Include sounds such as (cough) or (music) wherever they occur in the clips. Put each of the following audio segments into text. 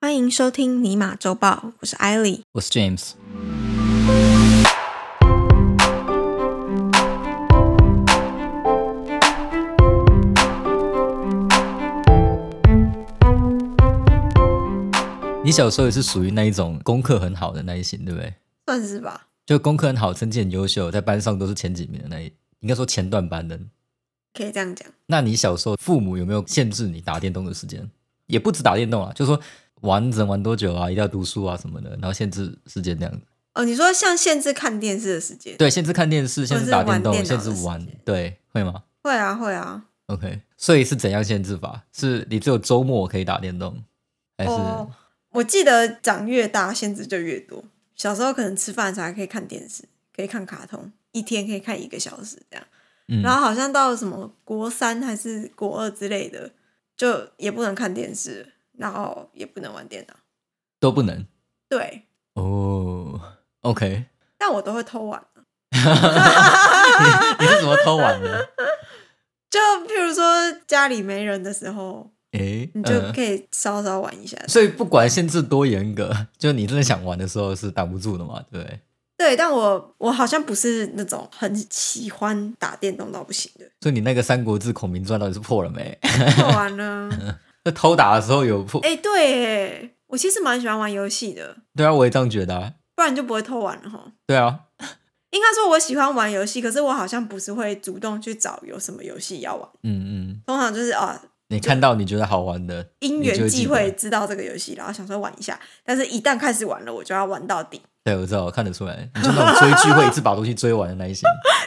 欢迎收听尼玛周报，我是艾莉。我是 James。你小时候也是属于那一种功课很好的那一型，对不对？算是吧，就功课很好，成绩很优秀，在班上都是前几名的那一，应该说前段班的。可以这样讲。那你小时候父母有没有限制你打电动的时间？也不止打电动啊，就说玩只能玩多久啊，一定要读书啊什么的，然后限制时间这样子。哦，你说像限制看电视的时间？对，限制看电视，限制打电动或，者是限玩制电脑的玩时间，对，会吗会啊，会啊。 ？OK，所以是怎样限制法？是你只有周末可以打电动，还是、哦，我记得长越大限制就越多。小时候可能吃饭的时候还可以看电视，可以看卡通，一天可以看一个小时这样。嗯然后好像到什么国三还是国二之类的，就也不能看电视，然后也不能玩电脑。都不能？对，哦，OK， (laughs) 但我都会偷玩。你是怎么偷玩的？就譬如说家里没人的时候，诶， (laughs) 你就嗯可以稍稍玩一下。所以不管限制多严格，就你真的想玩的时候是挡不住的嘛，对不对？对，但我我好像不是那种很喜欢打电动到不行的。所以你那个《三国志·孔明传》到底是破了没？ (laughs) 好玩呢？那偷打的时候有破？哎、对耶，我其实蛮喜欢玩游戏的，对啊，我也这样觉得、啊。不然就不会偷玩了哈。对啊，应该说我喜欢玩游戏，可是我好像不是会主动去找有什么游戏要玩，嗯嗯，通常就是啊你看到你觉得好玩的，因你就缘会际记得会知道这个游戏，然后想说玩一下，但是一旦开始玩了，我就要玩到 (laughs) 底。对，我知道，我看得出来，你就那种追剧会一次把东西追完的那一型。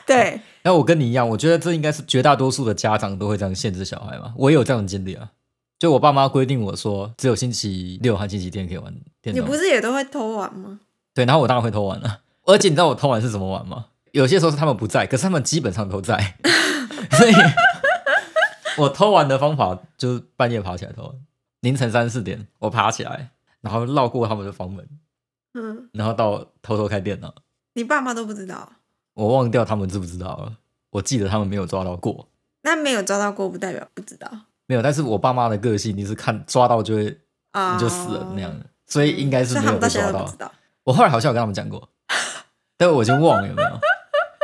对，那我跟你一样，我觉得这应该是绝大多数的家长都会这样限制小孩嘛。我也有这样的经历啊，就我爸妈规定我说，只有星期六和星期天可以玩电你脑不。是也都会偷玩吗？对，然后我当然会偷玩了、而且你知道我偷玩是怎么玩吗？有些时候是他们不在，可是他们基本上都在， (laughs) 所以我偷玩的方法就是半夜爬起来偷玩，凌晨三四点我爬起来，然后绕过他们的房门，嗯，然后到偷偷开电脑。你爸妈都不知道，我忘掉他们知不知道了，我记得他们没有抓到过，那没有抓到过不代表不知道没有。但是我爸妈的个性，你是看抓到就会你啊，就死了那样的，所以应该是所以没他有们到被现在抓都不到知。道。我后来好像有跟他们讲过，但我已经忘了有没有。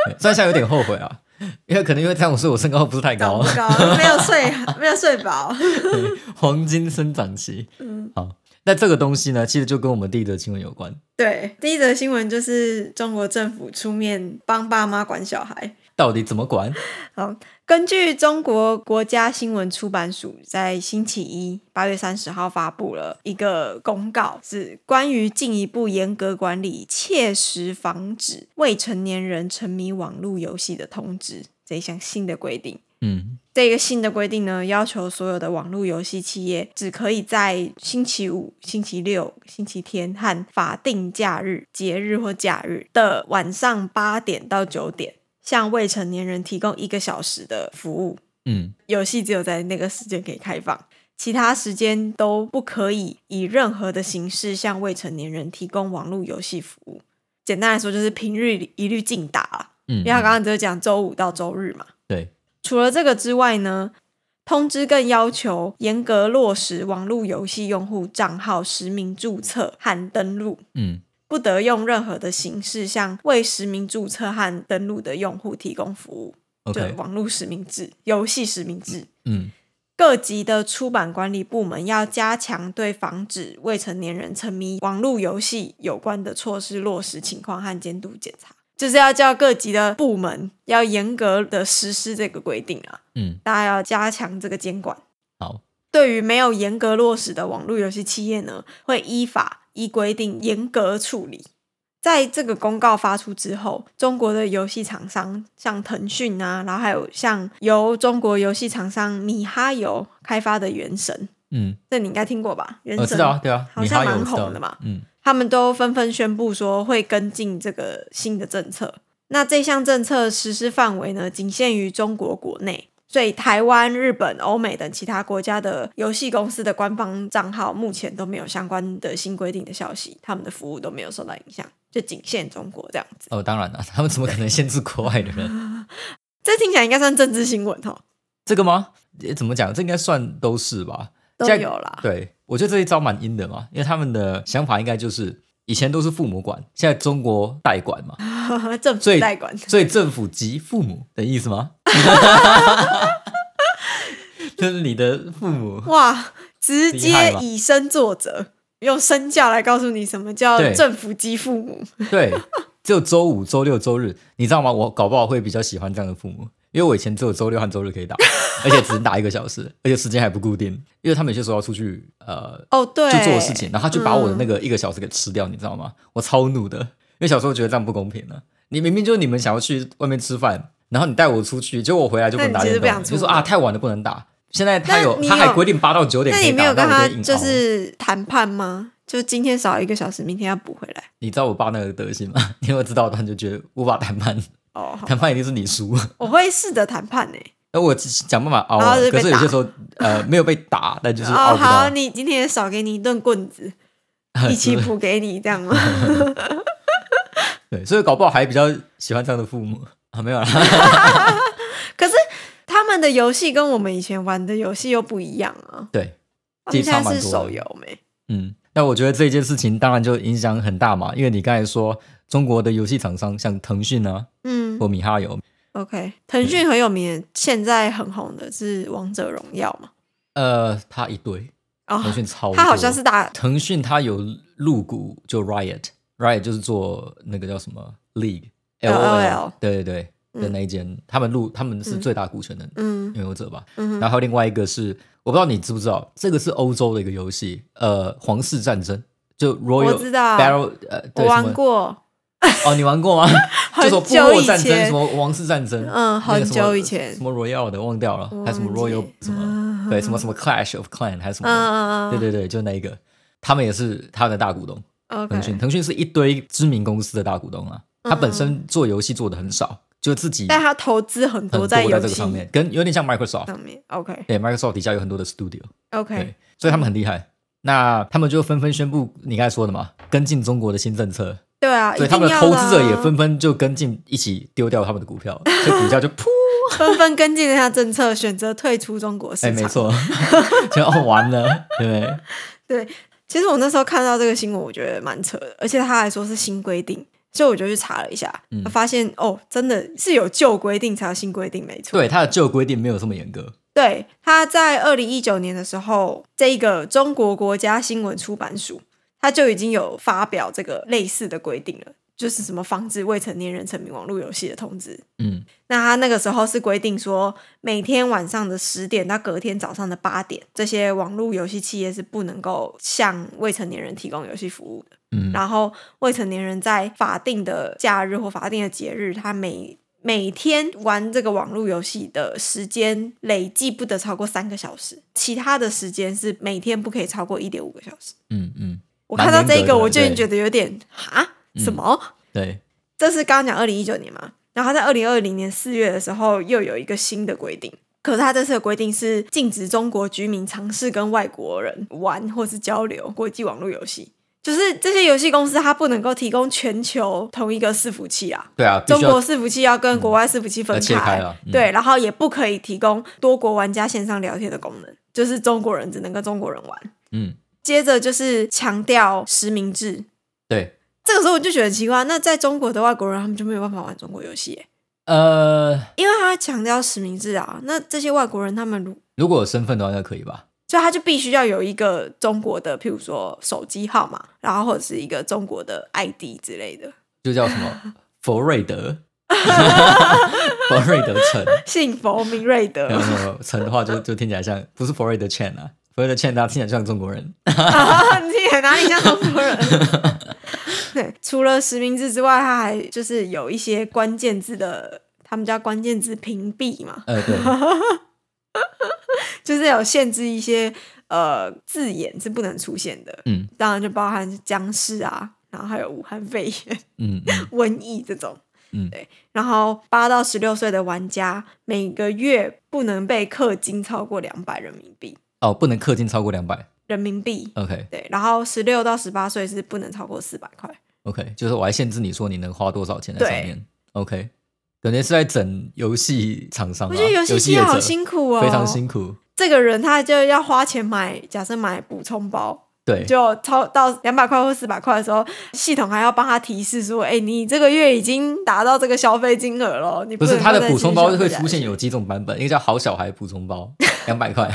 对虽然现在有点后悔啊，因为可能因为这样，所以我身高不是太长高不，高，没有睡，没有睡饱。黄金生长期。嗯，好，那这个东西呢，其实就跟我们第一则新闻有关，对，第一则新闻就是中国政府出面帮爸妈管小孩。到底怎么管？好，根据中国国家新闻出版署在星期一八月三十号发布了一个公告，是关于进一步严格管理、切实防止未成年人沉迷网络游戏的通知这一项新的规定。嗯，这个新的规定呢，要求所有的网络游戏企业只可以在星期五、星期六、星期天和法定假日、节日或假日的晚上八点到九点，向未成年人提供一个小时的服务。嗯，游戏只有在那个时间可以开放，其他时间都不可以以任何的形式向未成年人提供网络游戏服务。简单来说，就是平日一律禁打啦嗯因为他刚刚只有讲周五到周日嘛。对，除了这个之外呢，通知更要求严格落实网络游戏用户账号实名注册和登录，嗯不得用任何的形式向未实名注册和登录的用户提供服务。 ，OK，就网络实名制、游戏实名制。嗯各级的出版管理部门要加强对防止未成年人沉迷网络游戏有关的措施落实情况和监督检查，就是要叫各级的部门要严格的实施这个规定啊。嗯，大家要加强这个监管。好，对于没有严格落实的网络游戏企业呢，会依法依规定严格处理。在这个公告发出之后，中国的游戏厂商像腾讯啊，然后还有像由中国游戏厂商米哈游开发的《原神》，嗯，这你应该听过吧？《原我神》知道啊，对啊，好你像好友蛮我知道红的嘛嗯他们都纷纷宣布说会跟进这个新的政策。那这项政策实施范围呢，仅限于中国国内，所以台湾、日本、欧美等其他国家的游戏公司的官方账号目前都没有相关的新规定的消息，他们的服务都没有受到影响，就仅限中国这样子。哦，当然了， (laughs) 他们怎么可能限制国外的人？这听起来应该算政治新闻哦。这个吗？也怎么讲？这应该算都是吧。都现在有啦。对，我觉得这一招蛮阴的嘛，因为他们的想法应该就是以前都是父母管，现在中国代管嘛， (laughs) 政府所以代管，所以政府及父母的意思吗？ (laughs) 就是你的父母，哇，直厉害接吧以身作则，用身教来告诉你什么叫对政府及父母。对，只有周五、周六、周日，你知道吗？我搞不好会比较喜欢这样的父母，因为我以前只有周六和周日可以打，而且只能打一个小时，而且时间还不固定，因为他们有些时候要出去呃哦，对，嗯去做事情，然后他就把我的那个一个小时给吃掉，你知道吗？我超怒的，因为小时候觉得这样不公平呢、你明明就是你们想要去外面吃饭，然后你带我出去，结果我回来就不能打那你其实电动不想了，出就说啊太晚了不能打。现在他那有你他还有规定八到九点那可以你打，没有跟那我他就硬熬就是谈判吗？就今天少一个小时，明天要补回来。你知道我爸那个德行吗？因为我知道他就觉得无法谈判，哦，好谈判一定是你输。我会试着谈判欸呢、那我只是想办法熬然啊，后就被可是有打些时候呃没有被打，但就是熬哦，不到好，。你今天也少给你一顿棍 (laughs) 子，一起补给你，这样吗？对，所以搞不好还比较喜欢这样的父母啊，没有啦。可是他们的游戏跟我们以前玩的游戏又不一样啊，对，他其们实差现蛮多在的是手游欸没？嗯，那我觉得这件事情当然就影响很大嘛，因为你刚才说中国的游戏厂商像腾讯啊嗯或米哈游， ，OK，腾讯很有名，现在很红的是《王者荣耀》嘛？呃，它一堆，哦，腾讯超多，他好像是打腾讯它有入股就 Riot，Riot 就是做那个叫什么 League 呃 LOL 对对对的那一间，他们入他们是最大股权的嗯拥有者吧。嗯哼然后还有另外一个是，我不知道你知不知道，这个是欧洲的一个游戏，呃，皇室战争，就 Royal 知道 Barrel，呃，对我什么玩过， (laughs) 哦，你玩过吗？ (laughs) 很就什么部落战久以争，前什么王室战争，嗯那个什么很久以前什么 Royal 的忘掉了，还有什么忘记啊 Royal 什么，对，什么什么 Clash of Clan 还是什嗯嗯嗯，么，对对对，就那一个，他们也是他们的大股东， o 腾讯， k 腾讯是一堆知名公司的大股东啊，他本身做游戏做的很少，就自己嗯但很他投资很多多在游这个戏上面，跟有点像 Microsoft，上面，OK 对，Microsoft 底下有很多的 studio，对 OK，，所以他们很厉害。那他们就纷纷宣布你刚才说的嘛，跟进中国的新政策，对啊，所以一他定们的要投的啊资者也纷纷就跟进，一起丢掉他们的股票，所以股价就噗， (laughs) 纷纷跟进了他政策，选择退出中国市哎，场。没，错， (laughs) 就哦完了，对不对？对。其实我那时候看到这个新闻，我觉得蛮扯的，而且他还说是新规定，所以我就去查了一下，嗯发现哦，真的是有旧规定才有新规定，没错。对，它的旧规定没有这么严格，对，他在二零一九年的时候，这个中国国家新闻出版署，他就已经有发表这个类似的规定了，就是什么防止未成年人沉迷网络游戏的通知。嗯，那他那个时候是规定说，每天晚上的十点到隔天早上的八点，这些网络游戏企业是不能够向未成年人提供游戏服务的。嗯然后未成年人在法定的假日或法定的节日，他每每天玩这个网络游戏的时间累计不得超过三个小时，其他的时间是每天不可以超过一点五个小时。嗯嗯，我看到蛮这严格个，的我就已经对嗯觉得有点哈什么。对，这是刚刚讲二零一九年嘛，然后他在二零二零年四月的时候又有一个新的规定，可是他这次的规定是禁止中国居民尝试跟外国人玩或是交流国际网络游戏，就是这些游戏公司它不能够提供全球同一个伺服器啊。对啊，必中须要国伺服器要跟国外伺服器分要切开了嗯对，然后也不可以提供多国玩家线上聊天的功能，就是中国人只能跟中国人玩。嗯，接着就是强调实名制，对，这个时候我就觉得很奇怪，那在中国的外国人他们就没有办法玩中国游戏耶，呃，因为他强调实名制啊。那这些外国人他们如，如果有身份的话，那可以吧？所以他就必须要有一个中国的，譬如说手机号码，然后或者是一个中国的 ID 之类的，就叫什 (laughs) 么佛瑞德，佛瑞德城。信佛明瑞德 (laughs) (laughs) 然后城的话就就听起来像不是佛瑞德 Chan 啊，佛瑞德 Chan 他听起来像中国人。啊，你也哪里像中国人？ (laughs) 对，除了实名制之外，他还就是有一些关键字的，他们叫关键字屏蔽嘛，呃，对，就是有限制一些呃字眼是不能出现的。嗯当然就包含僵尸啊，然后还有武汉肺炎、嗯嗯瘟疫这种。嗯对。然后八到十六岁的玩家每个月不能被氪金超过两百人民币，哦，不能氪金超过两百。人民币。 OK 对，然后十六到十八岁是不能超过四百块。 OK，就是我还限制你说你能花多少钱在上对面。OK，感觉是在整游戏厂商、啊，我觉得游游戏戏机业好者辛苦哦，非常辛苦。这个人他就要花钱买，假设买补充包，对，就超到两百块或四百块的时候，系统还要帮他提示说：“哎、你这个月已经达到这个消费金额了。”你不是能它够的再补继充续包消会费下出现去有几种版本，一个叫好小孩补充 (laughs) 包，两百块；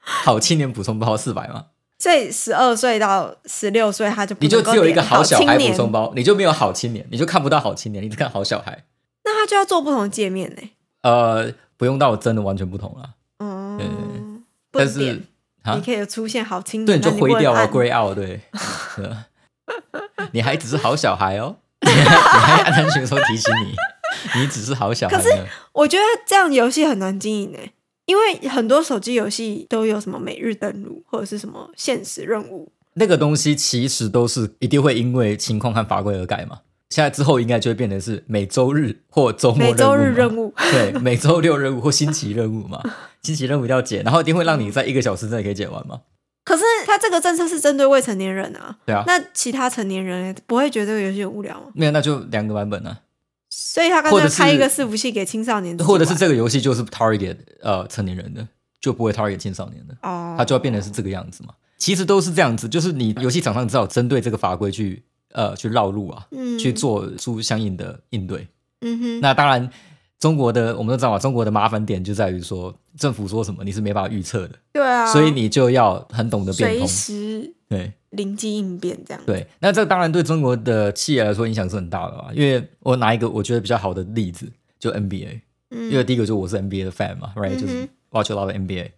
好青年补充包四百嘛，所以十二岁到十六岁，他就不你就能够只有一个点好小孩青补充年，包，你就没有好青年，你就看不到好青年，你只看好小孩。那他就要做不同界面呢、呃，不用到真的完全不同了，哦、对不能但是点啊你，可以出现好青对，年，你就但灰不能掉啊了按 grey out，对， (laughs) 对你还只是好小孩 (laughs) 哦，你还安全时候提醒你，你只是好小孩可是呢，我觉得这样游戏很难经营诶、因为很多手机游戏都有什么每日登录或者是什么限时任务，那个东西其实都是一定会因为情况和法规而改嘛。现在之后应该就会变成是每周日或周末每周日任任务务。嘛，对，每周六任务或星期任务嘛，星期任务一定要解，然后一定会让你在一个小时之内可以解完嘛。可是它这个政策是针对未成年人啊，对啊，那其他成年人不会觉得这个游戏很无聊吗？没有那就两个版本呢、所以他干或脆者是开一个伺服器给青少年自己玩，或者是这个游戏就是 target 呃成年人的，就不会 target 青少年的，哦，它就要变成是这个样子嘛。其实都是这样子，就是你游戏厂商只好针对这个法规去呃去绕路啊，嗯去，做出相应的应对。嗯哼，那当然，中国的我们都知道嘛，中国的麻烦点就在于说，政府说什么你是没办法预测的，对啊，所以你就要很懂得变随通。时对灵机应变这样。对，那这当然对中国的企业来说影响是很大的嘛。啊因为我拿一个我觉得比较好的例子，就 NBA，嗯，因为第一个就是我是 NBA 的 fan 嘛，right，、嗯哼就是 watch a lot of NBA。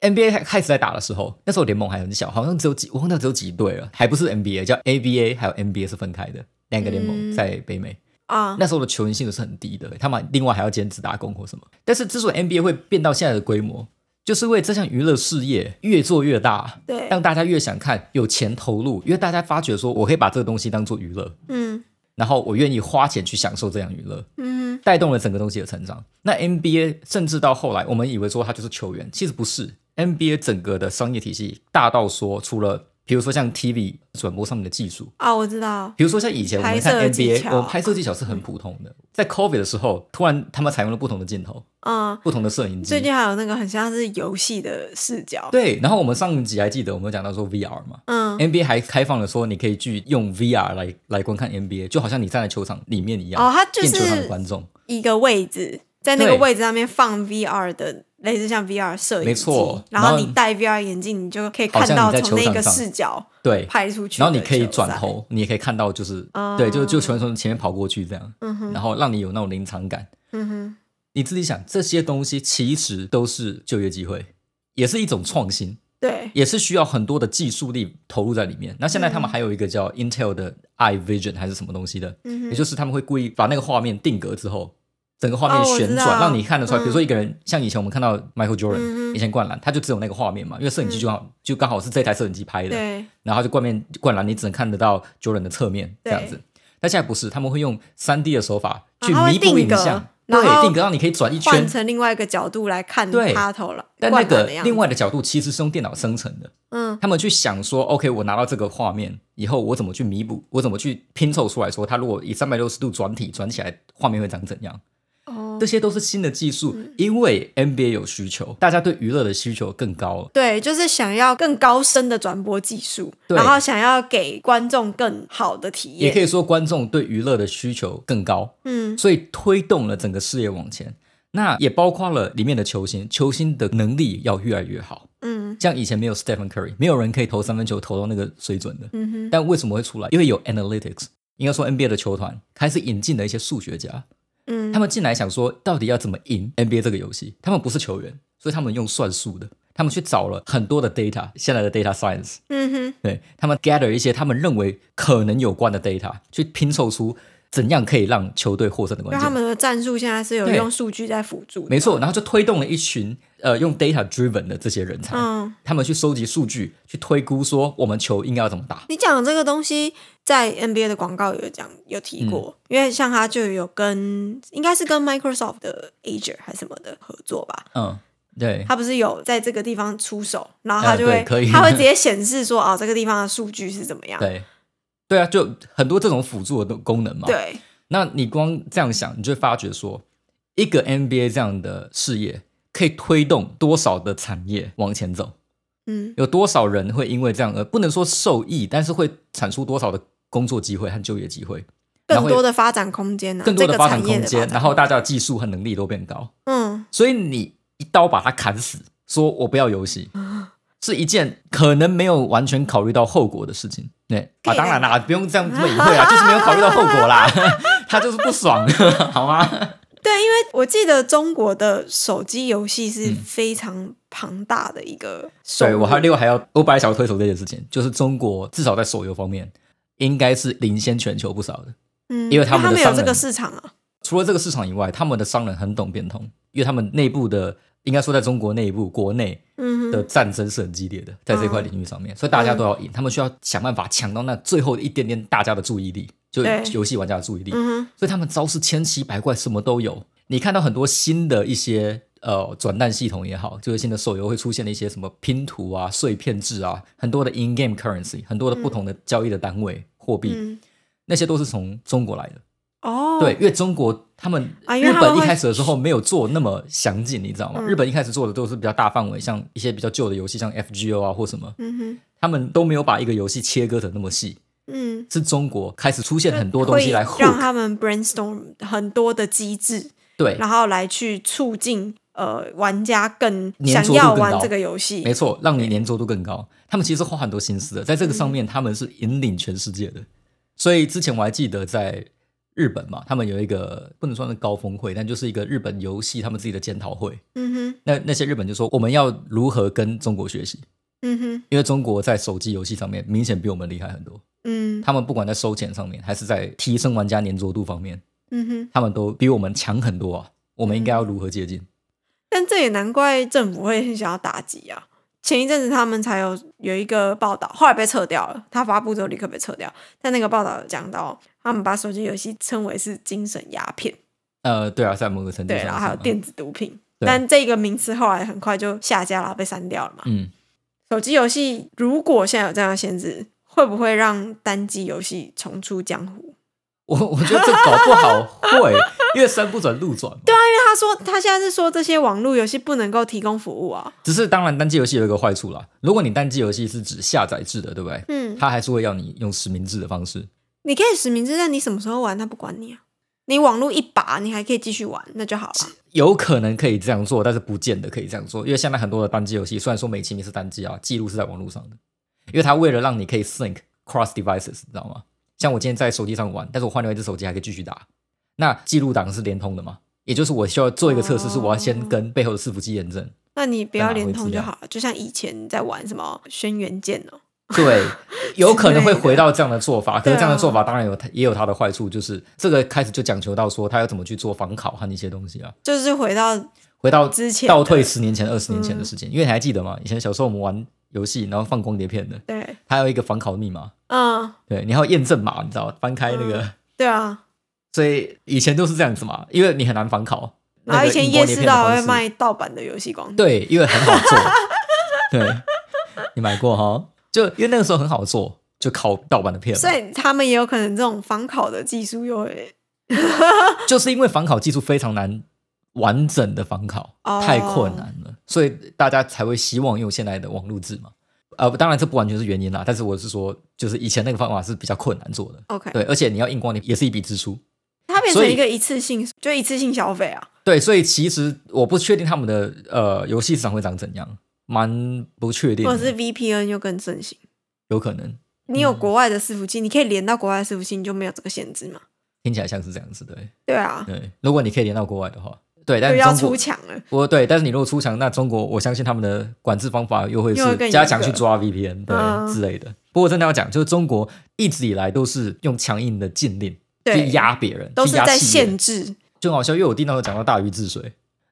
NBA 开始在打的时候，那时候联盟还很小，好像只有几，我忘掉只有几队了，还不是 NBA，叫 ABA 还有 NBA 是分开的，两个联盟嗯在北美。啊，那时候的球员薪水是很低的，他们另外还要兼职打工或什么。但是之所以 NBA 会变到现在的规模，就是因为这项娱乐事业越做越大，对，让大家越想看，有钱投入，因为大家发觉说我可以把这个东西当做娱乐，嗯然后我愿意花钱去享受这样娱乐，嗯带动了整个东西的成长。那 NBA 甚至到后来，我们以为说它就是球员，其实不是。NBA 整个的商业体系大到说，除了比如说像 TV 转播上面的技术，啊，我知道，比如说像以前我们看拍摄技 NBA，巧我们哦拍摄技巧是很普通的。在 COVID 的时候，突然他们采用了不同的镜头、嗯，不同的摄影最机。近还有那个很像是游戏的视角，对，然后我们上一集还记得我们有讲到说 VR 嘛、嗯 n b a 还开放了说你可以去用 VR 来来观看 NBA，就好像你站在球场里面一样，哦，它就变球场的是观众。一个位置，在那个对位置上面放 VR 的。类似像 VR 摄影机，没错然然后后你戴 VR 眼镜，你就可以好看像到你在从球那场个上视角对，拍出去，然后你可以转，头，你也可以看到就是、对，就就球员从前面跑过去这样，哦嗯哼，然后让你有那种临场感。嗯哼，你自己想，这些东西其实都是就业机会，也是一种创新。对，也是需要很多的技术力投入在里面。那现在他们还有一个叫 Intel 的 i Vision 还是什么东西的，嗯哼也就是他们会故意把那个画面定格之后，整个画哦面我知旋转，道让你看得出来。嗯比如说一个人，像以前我们看到 Michael 嗯 Jordan 哼嗯以前灌篮，他就只有那个画面嘛，因为摄影机就好就刚好是这台摄影机拍的，对，然后就灌面灌篮，你只能看得到 Jordan 的侧面这对样子。但现在不是，他们会用三 D 的手法啊去它会弥补定影格像，然对，后定格让你可以转一圈换，成另外一个角度来看对他投了，但那灌个篮的样子另外的角度其实是用电脑生成的。嗯他们去想说，OK，我拿到这个画面以后，我怎么去弥补？我怎么去拼凑出来说，它如果以三百六十度转体转起来，画面会长怎样？哦嗯这，些都是新的技术，因为 NBA 有需求，大家对娱乐的需求更高了。对，就是想要更高深的转播技术，对然后想要给观众更好的体也可验。以说，观众对娱乐的需求更高，嗯所以推动了整个事业往前。那也包括了里面的球星，球星的能力要越来越好。嗯像以前没有 Stephen Curry，没有人可以投三分球投到那个水准的。嗯哼，但为什么会出来？因为有 analytics，应该说 NBA 的球团开始引进了一些数学家，嗯，他们进来想说到底要怎么赢 NBA 这个游戏。他们不是球员，所以他们用算术的，他们去找了很多的 data，现在的 data science，嗯哼，对他们 gather 一些他们认为可能有关的 data，去拼凑出怎样可以让球队获胜的因为关他键。们的战术现在是有对用数据在辅助。没错，然后就推动了一群呃用 data driven 的这些人才，嗯，他们去收集数据，去推估说我们球应该要怎么打。你讲的这个东西在 NBA 的广告有讲有嗯提过，因为像他就有跟应该是跟 Microsoft 的 Azure 还是什么的合作吧，嗯，对，他不是有在这个地方出手，然后他呃就会对可以他会直接显示说哦这个地方的数据是怎么样。对，对啊，就很多这种辅助的都功能嘛。，对，那你光这样想，你就会发觉说，一个 NBA 这样的事业可以推动多少的产业往前走，嗯有多少人会因为这样而不能说受益，但是会产出多少的工作机会和就业机会，然更后多的发展空间呢、啊更多这的个发展产业空的间，发展然后大家的技术和能力都变高。嗯所以你一刀把它砍死，说我不要 (laughs) 游戏，是一件可能没有完全考虑到后果的事情。对可啊，以当然的啦，不用这样这么 (laughs) 隐晦啊，就是没有考虑到后果啦， (laughs) 他就是不爽， (laughs) (laughs) 好吗？对，因为我记得中国的手机游戏是嗯非常庞大的一个收入，对我还另外还要我本来想要推崇这件事情，就是中国至少在手游方面应该是领先全球不少的。嗯，因为他他们的有商这个人市场啊，除了这个市场以外，他们的商人很懂变通，因为他们内部的应该说在中国内部国内嗯的哼，战争是很激烈的，在这块领域上面，所以大家都要赢，他们需要想办法抢到那最后一点点大家的注意力，就对游戏玩家的注意力，嗯哼，所以他们招式千奇百怪，什么都有。你看到很多新的一些呃转蛋系统也好，就是新的手游会出现的一些什么拼图啊、碎片制啊，很多的 in game currency，很多的不同的交易的单位货币，嗯，那些都是从中国来的。哦，对，因为中国他们啊因为日他们本一会嗯开始的时候没有做那么详尽，你知道吗？日本一开始做的都是比较大范围，像一些比较旧的游戏，像 FGO 啊或什么，嗯哼，他们都没有把一个游戏切割成那么细。嗯，是中国开始出现就很多东西会来让 hook，他们 brainstorm 很多的机制，对，然后来去促进呃玩家更粘想着度要更玩高这个游戏，没错，让你粘着度更高。他们其实花很多心思的，在嗯这个上面他们是引领全世界的。所以之前我还记得在日本嘛，他们有一个不能算是高峰会，但就是一个日本游戏他们自己的检讨会。嗯哼，那那些日本就说我们要如何跟中国学习，嗯哼，因为中国在手机游戏上面明显比我们厉害很多，嗯他们不管在收钱上面，还是在提升玩家粘着度方面，嗯哼，他们都比我们强很多啊。我们应该要如何接近？但这也难怪政府会很想要打击啊。前一阵子他们才有有一个报道，后来被撤掉了。他发布之后立刻被撤掉。但那个报道讲到，他们把手机游戏称为是精神鸦片，呃，对啊，在某个程度嗯对，上是然嘛，后还有电子毒品。对但这个名词后来很快就下架了，被删掉了嘛。嗯，手机游戏如果现在有这样的限制，会不会让单机游戏重出江湖？我我觉得这搞不好会，因为山不转路转嘛。对啊，因为他说他现在是说这些网络游戏不能够提供服务啊。只是当然单机游戏有一个坏处啦，如果你单机游戏是指下载制的，对不对？嗯，它还是会要你用实名制的方式。你可以实名制，但你什么时候玩他不管你啊。你网络一拔，你还可以继续玩，那就好了。有可能可以这样做，但是不见得可以这样做，因为现在很多的单机游戏，虽然说美其名是单机啊，记录是在网络上的，因为它为了让你可以 sync cross devices，你知道吗？像我今天在手机上玩，但是我换另外一只手机还可以继续打，那记录档是连通的嘛？也就是我需要做一个测试，是我要先哦跟背后的伺服器验证，那你不要联通就再拿回资料好了，就像以前你在玩什么《轩辕剑》哦。对，有可能会之类的回到这样的 (laughs) 做法，可对啊是这样的做法当然有它也有它的坏处，就是这个开始就讲求到说他要怎么去做防考和一些东西啊，就是回到回到之前的倒退十年前、二十年前的事情，因为你还记得吗？以前小时候我们玩游戏，然后放光碟片的，对，它有一个防考密码，嗯，对，你还有验证码，你知道，翻开那个，对啊。所以以前都是这样子嘛，因为你很难防考，然后以前夜市道还还会，卖盗版的游戏光碟，对，因为很好做，对，你买过哈？就因为那个时候很好做，就拷盗版的片嘛，所以他们也有可能这种仿考的技术又会就是因为防考技术非常难，完整的防考哦太困难了，所以大家才会希望用现在的网络制嘛。呃，当然这不完全是原因啦，但是我是说，就是以前那个方法是比较困难做的。 OK，对，而且你要印光碟也是一笔支出。它变成所以一个一次性，就一次性消费啊。对，所以其实我不确定他们的呃游戏市场会长怎样，蛮不确定的，或者是 VPN 又更盛行。有可能你嗯有国外的伺服器，你可以连到国外的伺服器，你就没有这个限制嘛？听起来像是这样子。对对啊，对，如果你可以连到国外的话，对，啊但就是要中国出墙了。我对，但是你如果出墙，那中国我相信他们的管制方法又会又会更是严加强格去抓 VPN 对、嗯之类的。不过真的要讲，就是中国一直以来都是用强硬的禁令去对，压别人，都去是压在企业限，制。就很好笑。因为我弟那时候讲到大禹治水，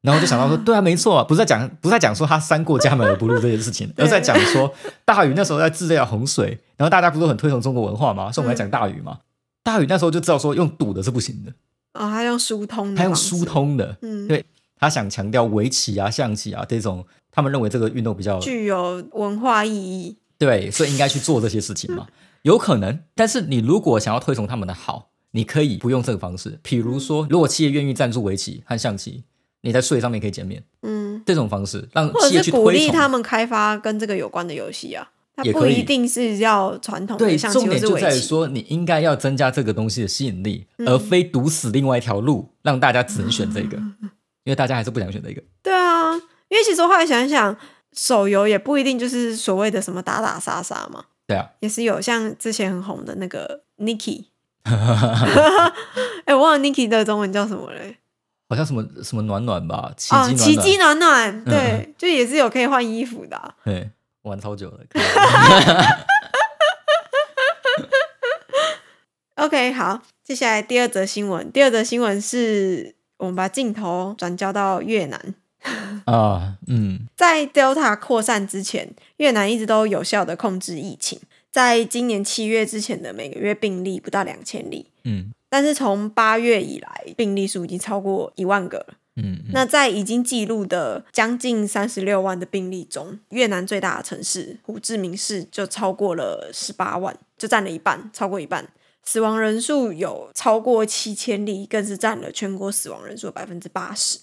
然后我就想到说， (laughs) 对啊，没错啊，不是在讲不是在讲说他三过家门而不入这件 (laughs) 事情，而是在讲说大禹那时候在治这条洪水，然后大家不是都很推崇中国文化嘛，所以我们来讲大禹嗯嘛。大禹那时候就知道说用堵的是不行的，哦，他用疏通的，他用疏，通的，嗯，对他想强调围棋啊、象棋啊这种，他们认为这个运动比较具有文化意义。对，所以应该去做这些事 (laughs) 情嘛。有可能，但是你如果想要推崇他们的好，你可以不用这个方式。比如说，如果企业愿意赞助围棋和象棋，你在税上面可以减免，嗯，这种方式让或企者业是去哦鼓推励崇。他们开发跟这个有关的游戏啊，它也不可以一定是要传统对，的象棋重或点是就围在于棋。说，你应该要增加这个东西的吸引力，而非堵死另外一条路，让大家只能选这 (laughs) 个，因为大家还是不想选这个。对啊，因为其实我后来想一想，手游也不一定就是所谓的什么打打杀杀嘛，对啊，也是有像之前很红的那个 (laughs) Niki，哎、我忘了 Niki 的中文叫什么嘞？好像什么什么暖暖吧，奇啊，迹暖暖，嗯奇迹暖暖，对，就也是有可以换衣服的啊、对，玩超久了。可以 OK，好，接下来第二则新闻，第二则新闻是我们把镜头转交到越南。啊，嗯，在 Delta 扩散之前，越南一直都有效的控制疫情，在今年七月之前的每个月病例不到两千例，嗯但是从八月以来，病例数已经超过一万个了。嗯嗯，那在已经记录的将近三十六万的病例中，越南最大的城市胡志明市就超过了十八万，就占了一半，超过一半。死亡人数有超过七千例，更是占了全国死亡人数的百分之八十。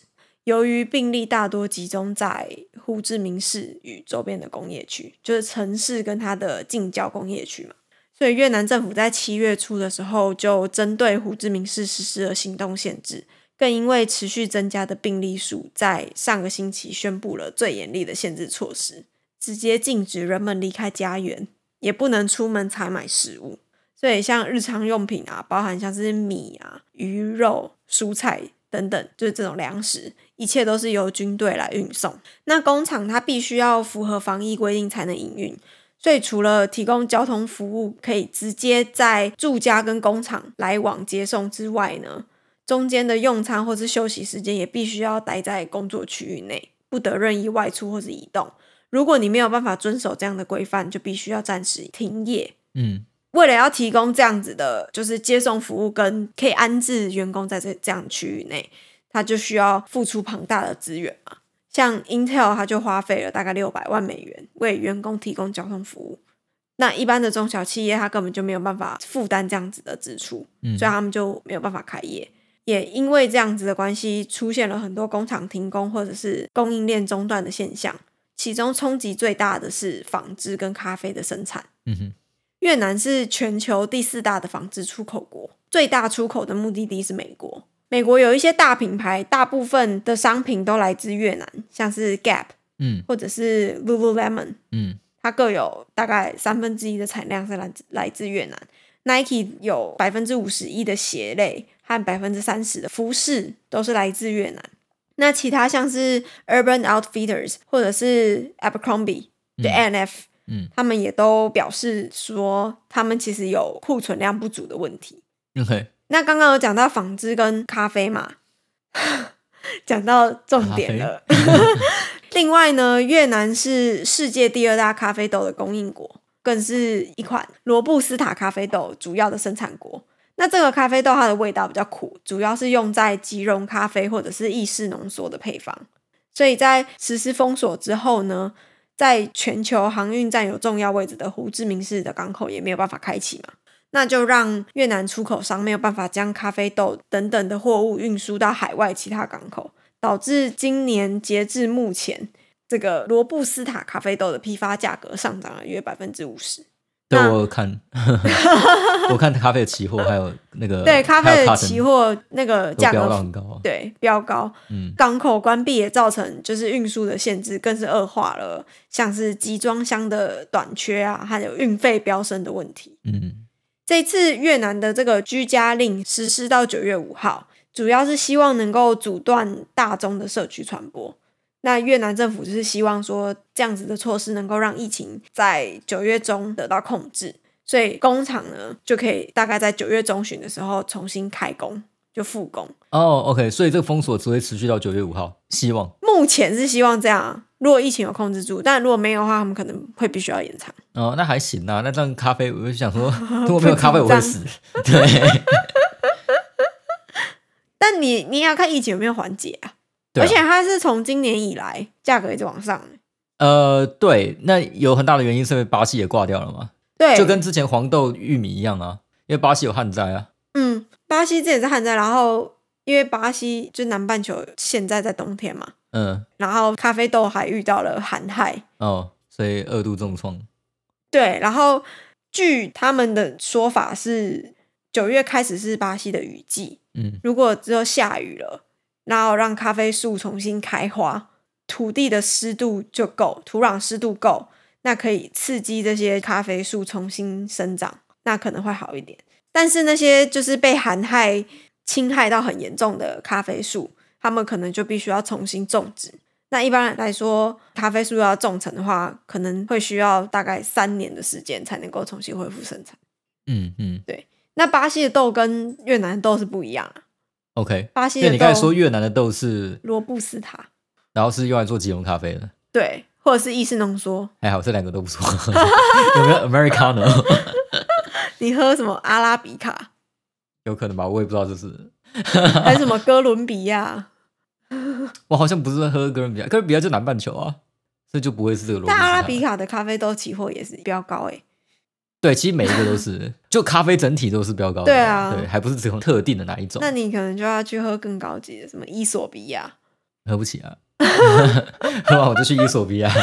由于病例大多集中在胡志明市与周边的工业区，就是城市跟它的近郊工业区嘛，所以越南政府在七月初的时候就针对胡志明市实施了行动限制，更因为持续增加的病例数，在上个星期宣布了最严厉的限制措施，直接禁止人们离开家园，也不能出门采买食物。所以像日常用品啊，包含像是米啊、鱼肉、蔬菜等等，就是这种粮食，一切都是由军队来运送。那工厂它必须要符合防疫规定才能营运，所以除了提供交通服务可以直接在住家跟工厂来往接送之外呢，中间的用餐或是休息时间也必须要待在工作区域内，不得任意外出或是移动。如果你没有办法遵守这样的规范，就必须要暂时停业。嗯为了要提供这样子的，就是接送服务跟可以安置员工在这这样的区域内，他就需要付出庞大的资源嘛。像 Intel，它就花费了大概六百万美元为员工提供交通服务。那一般的中小企业，它根本就没有办法负担这样子的支出，嗯所以他们就没有办法开业。也因为这样子的关系，出现了很多工厂停工或者是供应链中断的现象，其中冲击最大的是纺织跟咖啡的生产。嗯哼，越南是全球第四大的纺织出口国，最大出口的目的地是美国。美国有一些大品牌，大部分的商品都来自越南，像是 Gap 嗯或者是 Lululemon，嗯它各有大概三分之一的产量是来自来自越南。Nike 有百分之五十一的鞋类和百分之三十的服饰都是来自越南。那其他像是 Urban Outfitters 或者是 Abercrombie 就 A&F，、嗯他们也都表示说，他们其实有库存量不足的问题。 ，OK，那刚刚有讲到纺织跟咖啡嘛， (laughs) 讲到重点了。另外呢，越南是世界第二大咖啡豆的供应国，更是一款罗布斯塔咖啡豆主要的生产国。那这个咖啡豆它的味道比较苦，主要是用在即溶咖啡或者是意式浓缩的配方。所以在实施封锁之后呢，在全球航运占有重要位置的胡志明市的港口也没有办法开启嘛，那就让越南出口商没有办法将咖啡豆等等的货物运输到海外其他港口，导致今年截至目前，这个罗布斯塔咖啡豆的批发价格上涨了约百分之五十。对那我有看，我看咖啡的期货还呃有那个对咖啡的 cotton 期货那个都价飙到格很高，对飙高，嗯港口关闭也造成就是运输的限制，更是恶化了像是集装箱的短缺啊，还有运费飙升的问题。嗯这次越南的这个居家令实施到九月五号，主要是希望能够阻断大宗的社区传播。那越南政府就是希望说，这样子的措施能够让疫情在九月中得到控制，所以工厂呢就可以大概在九月中旬的时候重新开工，就复工。哦，OK，所以这个封锁只会持续到九月五号，希望目前是希望这样啊，如果疫情有控制住，但如果没有的话，他们可能会必须要延长。哦，那还行啊，那这样咖啡我就想说，如果没有咖啡我会死，对，但你你也要看疫情有没有缓解啊，对啊而且它是从今年以来价格一直往上，欸呃，对，那有很大的原因是因为巴西也挂掉了嘛，对，就跟之前黄豆、玉米一样啊，因为巴西有旱灾啊，嗯，巴西之前是旱灾，然后因为巴西就南半球现在在冬天嘛，嗯，然后咖啡豆还遇到了寒害。哦，所以二度重创，对，然后据他们的说法是，九月开始是巴西的雨季，嗯如果只有下雨了，然后让咖啡树重新开花，土地的湿度就够，土壤湿度够，那可以刺激这些咖啡树重新生长，那可能会好一点。但是那些就是被寒害侵害到很严重的咖啡树，他们可能就必须要重新种植。那一般来说，咖啡树要种成的话，可能会需要大概三年的时间才能够重新恢复生产。嗯嗯那巴西的豆跟越南的豆是不一样啊， ，OK。巴因西的为豆你刚才说越南的豆是，罗布斯塔，然后是用来做即溶咖啡的，对，或者是意式浓缩。还好这两个都不错。 (laughs) 有 (laughs) 没有 Americano？你喝什么阿拉比 (laughs) 卡，有可能吧，我也不知道，就是还是什么哥伦比 (laughs) 亚？我好像不是喝哥伦比亚，哥伦比亚就南半球啊，所以就不会是这个逻辑。但阿拉比卡的咖啡豆期货也是标高哎、对，其实每一个都是，就咖啡整体都是标高的，对啊对，还不是只有特定的哪一种，那你可能就要去喝更高级的，什么伊索比亚。喝不起啊， (laughs) 喝完我就去伊索 (laughs) 比亚，好，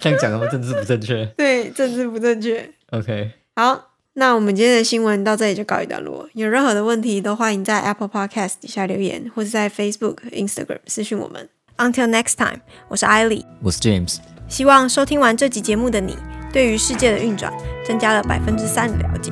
这样讲那么政治不正确对，政治不正确。 ，OK，好，那我们今天的新闻到这里就告一段落。有任何的问题都欢迎在 Apple Podcast 底下留言，或是在 Facebook、Instagram 私讯我们。Until next time，我是艾莉。我是 James，希望收听完这集节目的你，对于世界的运转增加了百分之三的了解。